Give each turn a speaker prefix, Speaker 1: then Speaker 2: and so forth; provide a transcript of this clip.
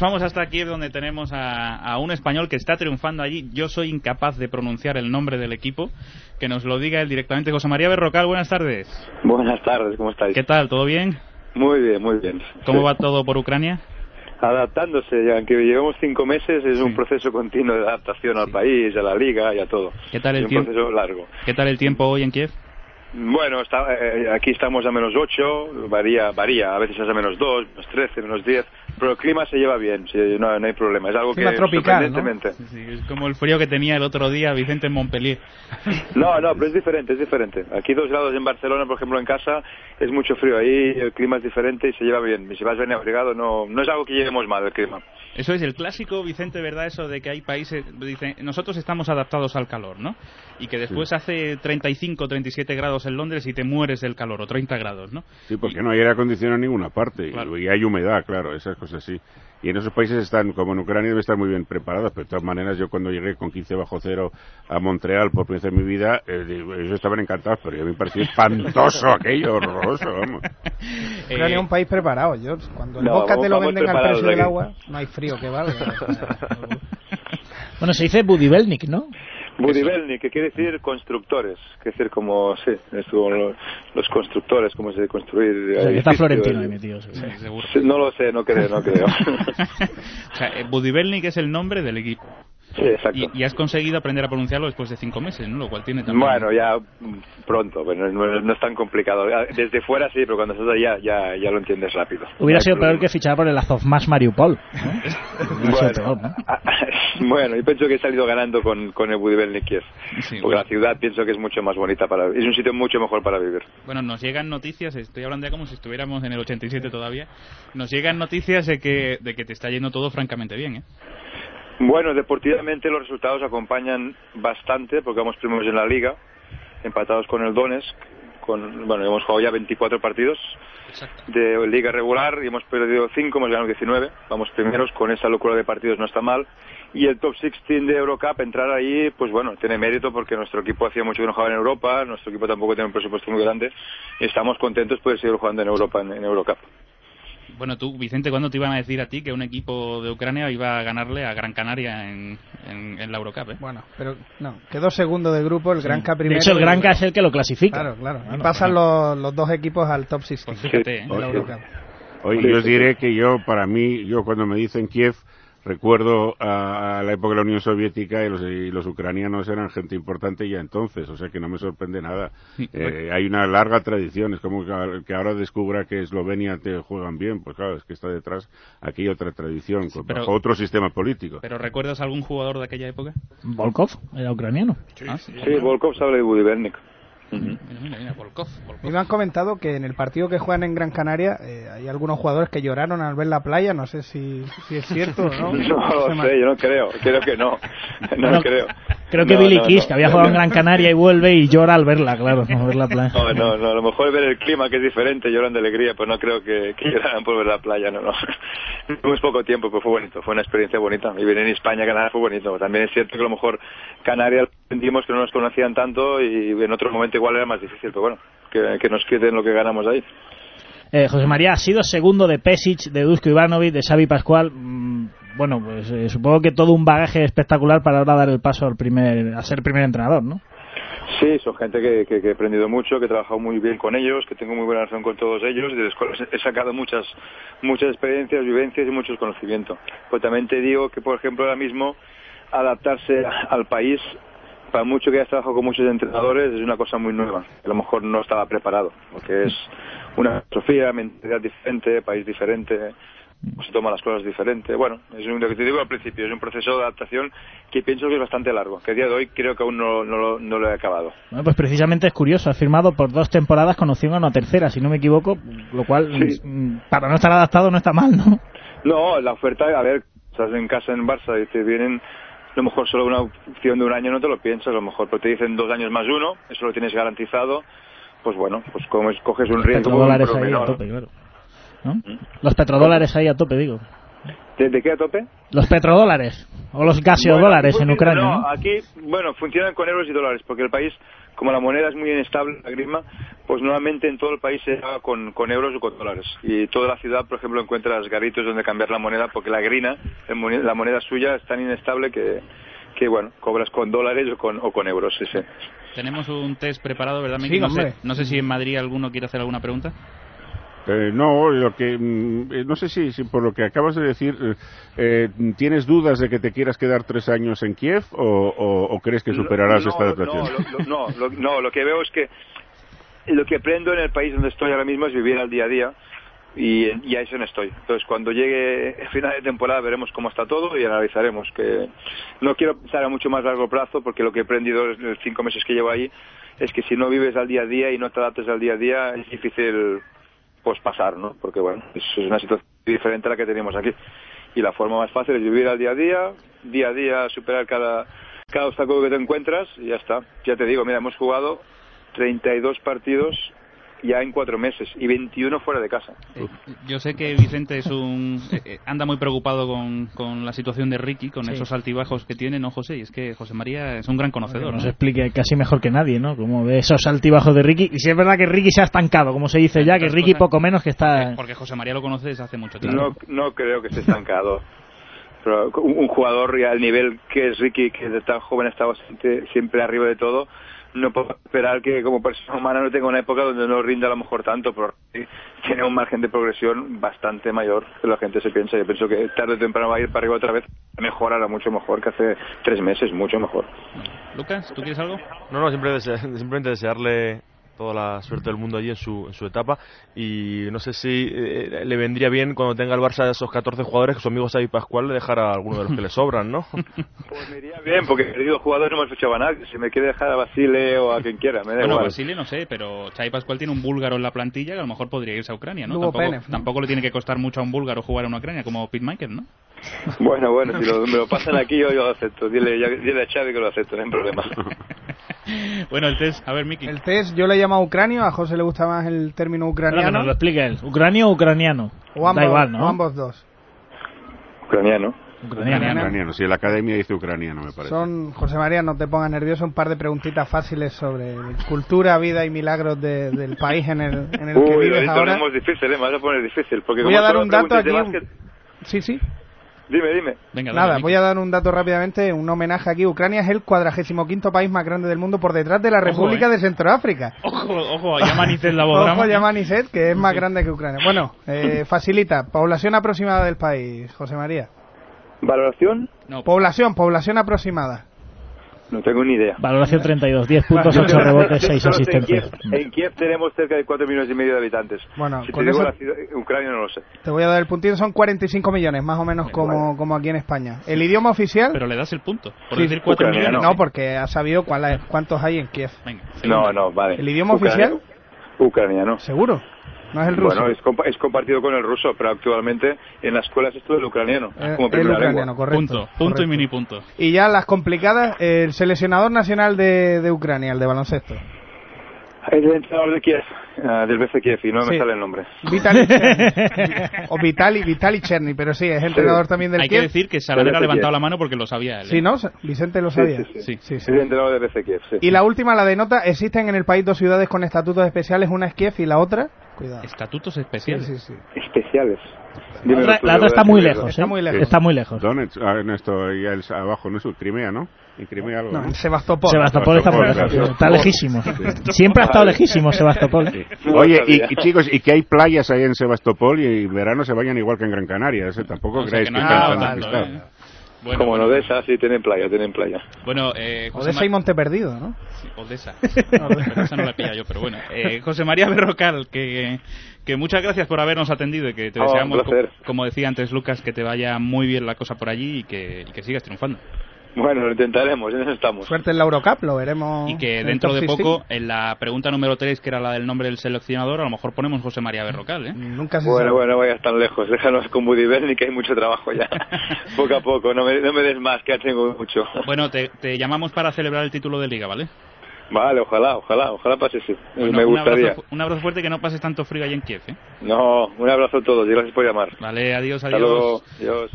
Speaker 1: Vamos hasta Kiev donde tenemos a, a, un español que está triunfando allí. Yo soy incapaz de pronunciar el nombre del equipo. Que nos lo diga él directamente. José María Berrocal, buenas tardes.
Speaker 2: Buenas tardes, ¿cómo estáis?
Speaker 1: ¿Qué tal? ¿Todo bien?
Speaker 2: Muy bien, muy bien.
Speaker 1: ¿Cómo sí. va todo por Ucrania?
Speaker 2: Adaptándose, ya, aunque llevamos cinco meses, es sí. un proceso continuo de adaptación sí. al país, a la liga y a todo.
Speaker 1: ¿Qué tal el
Speaker 2: es un
Speaker 1: tiempo?
Speaker 2: proceso largo.
Speaker 1: ¿Qué tal el tiempo hoy en Kiev?
Speaker 2: Bueno, está, eh, aquí estamos a menos 8, varía, varía, a veces es a menos 2, menos 13, menos 10, pero el clima se lleva bien, se, no, no, hay problema, es algo
Speaker 3: clima
Speaker 2: que
Speaker 3: tropical, ¿no?
Speaker 1: sí, sí, es como el frío que tenía el otro día Vicente en Montpellier.
Speaker 2: No, no, pero es diferente, es diferente. Aquí dos grados en Barcelona, por ejemplo, en casa, es mucho frío, ahí el clima es diferente y se lleva bien, y si vas bien abrigado no, no es algo que llevemos mal el clima.
Speaker 1: Eso es el clásico, Vicente, ¿verdad? Eso de que hay países, dicen, nosotros estamos adaptados al calor, ¿no? Y que después sí. hace 35, 37 grados en Londres y te mueres del calor, o 30 grados, ¿no?
Speaker 4: Sí, porque y... no hay aire acondicionado en ninguna parte, claro. y hay humedad, claro, esas cosas sí. Y en esos países están, como en Ucrania, deben estar muy bien preparadas, pero de todas maneras yo cuando llegué con 15 bajo cero a Montreal por primera vez en mi vida, eh, ellos estaban encantados, pero a mí me pareció espantoso aquello, horroroso, vamos.
Speaker 1: Eh,
Speaker 3: Ucrania es un país preparado, George. Cuando el no, boca te lo venden al precio del agua, no hay frío que valga.
Speaker 5: bueno, se dice Budivelnik, ¿no?
Speaker 2: Budivelnik, que quiere decir constructores, quiere decir como, sí, los, los, constructores, como se de construir.
Speaker 5: O sea, que está Florentino ahí metido.
Speaker 2: Sí, Eh, sí, no lo sé, no creo, no creo.
Speaker 1: o sea, Budivelnik es el nombre del equipo.
Speaker 2: Sí, exacto.
Speaker 1: Y, y, has conseguido aprender a pronunciarlo después de cinco meses, ¿no? Lo cual tiene también...
Speaker 2: Bueno, ya mm, pronto, pero no, no, es tan complicado. Ah, Desde fuera sí, pero cuando estás allá ya, ya lo entiendes rápido.
Speaker 5: Hubiera no sido problema. peor que fichar por el Azovmas Mariupol.
Speaker 2: ¿no? bueno, peor, bueno, yo pienso que he salido ganando con, con el Budivelnik Kiev. Sí, porque bueno. la ciudad pienso que es mucho más bonita para Es un sitio mucho mejor para vivir.
Speaker 1: Bueno, nos llegan noticias, estoy hablando ya como si estuviéramos en el 87 todavía, nos llegan noticias de que, de que te está yendo todo francamente bien, ¿eh?
Speaker 2: Bueno, deportivamente los resultados acompañan bastante porque vamos primeros en la liga, empatados con el Donetsk. Con, bueno, hemos jugado ya 24 partidos Exacto. de liga regular y hemos perdido 5, hemos ganado 19. Vamos primeros, con esa locura de partidos no está mal. Y el top 16 de Eurocup, entrar ahí, pues bueno, tiene mérito porque nuestro equipo hacía mucho que no jugaba en Europa, nuestro equipo tampoco tiene un presupuesto muy grande. Y estamos contentos por seguir jugando en Europa, en, en Eurocup.
Speaker 1: Bueno, tú, Vicente, ¿cuándo te iban a decir a ti que un equipo de Ucrania iba a ganarle a Gran Canaria en, en, en la Eurocup? ¿eh?
Speaker 3: Bueno, pero no, quedó segundo del grupo, el sí. Granca primero.
Speaker 5: De hecho, el Granca es el que lo clasifica.
Speaker 3: Claro, claro. Bueno, y pasan bueno. los, los, dos equipos al top 6.
Speaker 1: Pues fíjate, ¿eh?
Speaker 4: Hoy, la Eurocup. Hoy yo os diré que yo, para mí, yo cuando me dicen Kiev, recuerdo a, la época de la Unión Soviética y los, y los, ucranianos eran gente importante ya entonces, o sea que no me sorprende nada. Eh, hay una larga tradición, es como que, ahora descubra que Eslovenia te juegan bien, pues claro, es que está detrás aquí hay otra tradición, sí, pero, bajo otro sistema político.
Speaker 1: ¿Pero recuerdas algún jugador de aquella época?
Speaker 5: Volkov, era ucraniano.
Speaker 2: Sí, ah, sí, sí Volkov sabe de Budivernik.
Speaker 1: Uh -huh. mira, mira, mira, Volkov, Volkov.
Speaker 3: Y me han comentado que en el partido que juegan en Gran Canaria eh, hay algunos jugadores que lloraron al ver la playa. No sé si, si es cierto o no.
Speaker 2: no lo sé, yo no creo. Creo que no. No, no creo.
Speaker 5: Creo que
Speaker 2: no,
Speaker 5: Billy Kiss, que había jugado en Gran Canaria y vuelve y llora al verla, claro.
Speaker 2: No,
Speaker 5: ver la playa.
Speaker 2: no, no, A lo mejor ver el clima que es diferente, lloran de alegría, pero no creo que, que lloraran por ver la playa. No, no. Tuvimos poco tiempo, pero fue bonito. Fue una experiencia bonita. Y venir en España, Canadá, fue bonito. También es cierto que a lo mejor Canarias sentimos que no nos conocían tanto y en otro momento igual era más difícil, pero bueno, que, que nos quiten lo que ganamos ahí.
Speaker 5: Eh, José María, ha sido segundo de Pesic, de Dusko Ivanovic, de Xavi Pascual. Bueno, pues eh, supongo que todo un bagaje espectacular para ahora dar el paso al primer, a ser primer entrenador, ¿no?
Speaker 2: Sí, son gente que, que, que, he aprendido mucho, que he trabajado muy bien con ellos, que tengo muy buena relación con todos ellos y de los cuales he sacado muchas, muchas experiencias, vivencias y muchos conocimientos. Pues también te digo que, por ejemplo, ahora mismo adaptarse al país para mucho que hayas trabajado con muchos entrenadores es una cosa muy nueva. A lo mejor no estaba preparado, porque es una filosofía, mentalidad diferente, país diferente, pues se toman las cosas diferente. Bueno, es lo que te digo al principio, es un proceso de adaptación que pienso que es bastante largo, que a día de hoy creo que aún no, no, no lo he acabado.
Speaker 5: Bueno, pues precisamente es curioso, has firmado por dos temporadas con opción a una tercera, si no me equivoco, lo cual sí. para no estar adaptado no está mal, ¿no?
Speaker 2: No, la oferta, a ver, estás en casa en Barça y te vienen a lo mejor solo una opción de un año no te lo piensas, a lo mejor pero te dicen dos años más uno, eso lo tienes garantizado, pues bueno, pues como coges un
Speaker 5: riesgo. Petrodólares ahí menor. a tope, claro. ¿No? Los petrodólares ¿Cómo? ahí a tope, digo.
Speaker 2: ¿De, de qué a tope?
Speaker 5: Los petrodólares o los
Speaker 2: Bueno,
Speaker 5: gaseodólares
Speaker 2: pues
Speaker 5: en Ucrania.
Speaker 2: No,
Speaker 5: ¿no?
Speaker 2: aquí, bueno, funcionan con euros y dólares, porque el país, como la moneda es muy inestable, la grima, pues normalmente en todo el país se paga con, con euros o con dólares. Y toda la ciudad, por ejemplo, encuentra las garitos donde cambiar la moneda, porque la grina, el mone- la moneda suya, es tan inestable que, que bueno, cobras con dólares o con, o con euros, sí, sí.
Speaker 1: Tenemos un test preparado, ¿verdad, Miki?
Speaker 3: Sí,
Speaker 1: no, sé,
Speaker 3: hombre.
Speaker 1: no sé si en Madrid alguno quiere hacer alguna pregunta.
Speaker 4: Eh, no, lo que mm, eh, no sé si, si por lo que acabas de decir eh, eh, tienes dudas de que te quieras quedar tres años en Kiev o, o- o crees que superarás
Speaker 2: No,
Speaker 4: esta
Speaker 2: no,
Speaker 4: adaptación.
Speaker 2: lo- lo- No, lo, no, lo que veo es que lo que aprendo en el país donde estoy ahora mismo es vivir al día a día y, y a eso no estoy. Entonces, cuando llegue el final de temporada veremos cómo está todo y analizaremos. que No quiero pensar a mucho más largo plazo porque lo que he aprendido en los cinco meses que llevo ahí es que si no vives al día a día y no te adaptas al día a día es difícil pues pasar, ¿no? Porque bueno, es es una situación diferente a la que tenemos aquí. Y la forma más fácil es vivir al día a día, día a día superar cada, cada obstáculo que te encuentras y ya está. Ya te digo, mira, hemos jugado 32 partidos ya en cuatro meses y 21 fuera de casa.
Speaker 1: Eh, Yo sé que Vicente es un eh, eh, anda muy preocupado con, con la situación de Ricky, con
Speaker 5: Sí.
Speaker 1: esos altibajos que tiene, ¿no, José? Y es que José María es un gran conocedor.
Speaker 5: nos
Speaker 1: ¿no?
Speaker 5: explique casi mejor que nadie, ¿no? Como de esos altibajos de Ricky. Y si es verdad que Ricky se ha estancado, como se dice ya, que
Speaker 1: Otras
Speaker 5: Ricky
Speaker 1: cosas-
Speaker 5: poco menos que
Speaker 1: Eh,
Speaker 5: está.
Speaker 1: Porque José María lo conoce desde hace mucho tiempo.
Speaker 2: No, no creo que esté estancado. Pero un, un jugador ya al nivel que es Ricky, que de tan joven está bastante- siempre arriba de todo, no puedo esperar que como persona humana no tenga una época donde no rinda a lo mejor tanto, pero sí tiene un margen de progresión bastante mayor que la gente se piensa. Yo pienso que tarde o temprano va a ir para arriba otra vez, mejorará mucho mejor que hace tres meses, mucho mejor.
Speaker 1: Lucas, ¿tú quieres algo?
Speaker 2: Eh,
Speaker 6: No, no, siempre desea- simplemente desearle toda la suerte del mundo allí en su, en su etapa y no sé si eh, le vendría bien cuando tenga el Barça esos 14 jugadores que su amigo Xavi Pascual le dejara a alguno de los que le sobran, ¿no?
Speaker 2: Pues me iría bien, porque he perdido jugadores, no me he fichado a nadie. Si me quiere dejar a Basile o a quien quiera, me da
Speaker 1: Bueno, pues Basile
Speaker 2: igual.
Speaker 1: no sé, pero Chai Pascual tiene un búlgaro en la plantilla que a lo mejor podría irse a Ucrania, ¿no?
Speaker 3: Lugo
Speaker 1: Tampoco,
Speaker 3: Penev, ¿no?
Speaker 1: tampoco le tiene que costar mucho a un búlgaro jugar en Ucrania, como Pete Michael, ¿no?
Speaker 2: Bueno, bueno, si lo- me lo pasan aquí, yo, yo lo acepto. Dile, ya- dile a Xavi que lo acepto, no hay problema.
Speaker 1: bueno, el test, a ver, Miki.
Speaker 3: El test yo le llamo ucranio, a José le gusta más el término
Speaker 5: Ahora que nos lo
Speaker 3: ucraniano.
Speaker 5: explica él. ¿Ucranio o ucraniano?
Speaker 3: O ambos,
Speaker 5: da igual, ¿no?
Speaker 3: o ambos dos.
Speaker 2: Ucraniano.
Speaker 5: Ucraniano.
Speaker 4: Ucraniano, si la academia dice ucraniano, me parece.
Speaker 3: Son, José María, no te pongas nervioso, un par de preguntitas fáciles sobre cultura, vida y milagros de- del país en el, en el que
Speaker 2: Uy,
Speaker 3: vives
Speaker 2: lo
Speaker 3: ahora.
Speaker 2: ponemos difícil, ¿eh? me vas a poner difícil. Porque
Speaker 3: Voy
Speaker 2: como
Speaker 3: a dar
Speaker 2: solo
Speaker 3: un dato
Speaker 2: preguntas de
Speaker 3: aquí.
Speaker 2: básquet-
Speaker 3: Sí, sí.
Speaker 2: Dime, dime.
Speaker 1: Venga, dale,
Speaker 3: Nada,
Speaker 1: Miki.
Speaker 3: voy a dar un dato rápidamente, un homenaje aquí. Ucrania es el cuadragésimo quinto país más grande del mundo por detrás de la
Speaker 1: Ojo,
Speaker 3: República
Speaker 1: eh.
Speaker 3: de Centroáfrica.
Speaker 1: Ojo, ojo, ya manicen la voz.
Speaker 3: Ojo,
Speaker 1: Brahma.
Speaker 3: Yamaniset, que es más grande que Ucrania. Bueno, eh, facilita. Población aproximada del país, José María.
Speaker 2: ¿Valoración?
Speaker 1: No,
Speaker 3: Población, población aproximada.
Speaker 2: No tengo ni idea.
Speaker 5: Valoración 32, 10 puntos, 8 rebotes, 6
Speaker 2: Yo solo sé en Kiev-
Speaker 5: asistencias.
Speaker 2: En Kiev tenemos cerca de 4 millones y medio de habitantes.
Speaker 3: Bueno,
Speaker 2: si te
Speaker 3: con
Speaker 2: digo
Speaker 3: eso-
Speaker 2: la ciudad, Ucrania no lo sé.
Speaker 3: Te voy a dar el puntito, son 45 millones, más o menos como, como aquí en España. ¿El idioma oficial?
Speaker 1: pero le das el punto. Por
Speaker 3: Sí,
Speaker 1: decir cuatro
Speaker 2: ucraniano.
Speaker 1: millones.
Speaker 3: No, porque ha sabido cuál es- cuántos hay en Kiev.
Speaker 1: Venga,
Speaker 2: No,
Speaker 1: segunda.
Speaker 2: no, vale.
Speaker 3: ¿El idioma
Speaker 2: Ucrania-
Speaker 3: oficial?
Speaker 2: Ucraniano.
Speaker 3: Seguro, no es el ruso.
Speaker 2: Bueno, es, compa- es compartido con el ruso, pero actualmente en las escuelas es todo el ucraniano.
Speaker 3: Eh,
Speaker 2: como
Speaker 3: el
Speaker 2: primera
Speaker 3: ucraniano,
Speaker 2: lengua.
Speaker 3: correcto.
Speaker 1: punto, punto
Speaker 3: correcto.
Speaker 1: y mini punto.
Speaker 3: Y ya las complicadas, el seleccionador nacional de, de Ucrania, el de baloncesto.
Speaker 2: Es el entrenador de Kiev, ah, del BC Kiev, y no
Speaker 3: Sí.
Speaker 2: me sale el nombre.
Speaker 3: Vitali Cherny. o Vitali, Vitali Cherny, pero sí, es entrenador también del
Speaker 1: Hay que
Speaker 3: Kiev.
Speaker 1: decir que Saladera ha
Speaker 2: Del Kiev.
Speaker 1: levantado la mano porque lo sabía él. ¿eh?
Speaker 3: Sí, ¿no? Vicente lo
Speaker 2: Sí,
Speaker 3: sabía.
Speaker 2: sí,
Speaker 1: sí.
Speaker 3: Sí, sí.
Speaker 2: Es el entrenador del BC Kiev, sí.
Speaker 3: Y la última, la de nota, existen en el país dos ciudades con estatutos especiales, una es Kiev y la otra... Cuidado.
Speaker 1: Estatutos
Speaker 3: Sí,
Speaker 1: especiales.
Speaker 3: sí, sí.
Speaker 2: Especiales.
Speaker 5: La
Speaker 2: Dímelo
Speaker 5: otra,
Speaker 2: tú,
Speaker 5: la
Speaker 2: yo
Speaker 5: otra
Speaker 2: voy a
Speaker 5: está muy
Speaker 2: escribirlo.
Speaker 5: lejos,
Speaker 3: Está
Speaker 5: ¿eh?
Speaker 3: muy lejos.
Speaker 5: Está muy lejos.
Speaker 4: Donetsk, ah, en esto, ya el- abajo, no es Crimea, ¿no? En Crimea algo.
Speaker 3: No,
Speaker 4: ¿no?
Speaker 3: en Sebastopol.
Speaker 5: Sebastopol está por
Speaker 4: Sebastopol,
Speaker 5: lejos,
Speaker 4: claro.
Speaker 5: está lejísimo. Siempre ha estado lejísimo Sebastopol. ¿eh?
Speaker 4: Sí.
Speaker 2: No lo
Speaker 4: Oye, y,
Speaker 2: sabía.
Speaker 4: y chicos, y que hay playas ahí en Sebastopol y en verano se bañan igual que en Gran Canaria. ese tampoco
Speaker 1: O sea,
Speaker 4: creáis
Speaker 1: que
Speaker 4: que,
Speaker 1: no han
Speaker 4: están
Speaker 1: dado
Speaker 4: tan
Speaker 1: tanto,
Speaker 4: despistados.
Speaker 1: ¿eh? Bueno,
Speaker 2: Como
Speaker 1: bueno,
Speaker 2: no de esas, sí, tienen playa, tienen playa.
Speaker 1: Bueno, eh, José
Speaker 3: Odessa y
Speaker 1: Ma-
Speaker 3: Monte Perdido, ¿no?
Speaker 1: Sí, Odessa. Pero esa no la he pillado yo, pero bueno. Eh, José María Berrocal, que, que muchas gracias por habernos atendido y que te
Speaker 2: Oh, un
Speaker 1: deseamos, co-
Speaker 2: placer.
Speaker 1: como decía antes Lucas, que te vaya muy bien la cosa por allí y que, y que sigas triunfando.
Speaker 2: Bueno, lo intentaremos, en eso estamos.
Speaker 3: Suerte en la Eurocup, lo veremos.
Speaker 1: Y que
Speaker 3: en
Speaker 1: dentro
Speaker 3: top
Speaker 1: de
Speaker 3: 16.
Speaker 1: poco, en la pregunta número 3, que era la del nombre del seleccionador, a lo mejor ponemos José María Berrocal, ¿eh?
Speaker 3: Nunca se
Speaker 2: Bueno,
Speaker 3: sabe.
Speaker 2: bueno, vayas tan lejos. Déjanos con Buddy Belny, que hay mucho trabajo ya. poco a poco, no me, no me des más, que ya tengo mucho.
Speaker 1: Bueno, te, te llamamos para celebrar el título de Liga, ¿vale?
Speaker 2: Vale, ojalá, ojalá, ojalá pase así.
Speaker 1: Bueno,
Speaker 2: Eh, Me
Speaker 1: Un
Speaker 2: gustaría.
Speaker 1: abrazo, fu- un abrazo fuerte que no pases tanto frío allí en Kiev. ¿eh?
Speaker 2: No, un abrazo a todos y gracias por llamar.
Speaker 1: Vale, adiós,
Speaker 2: Hasta
Speaker 1: adiós.
Speaker 2: luego. Adiós.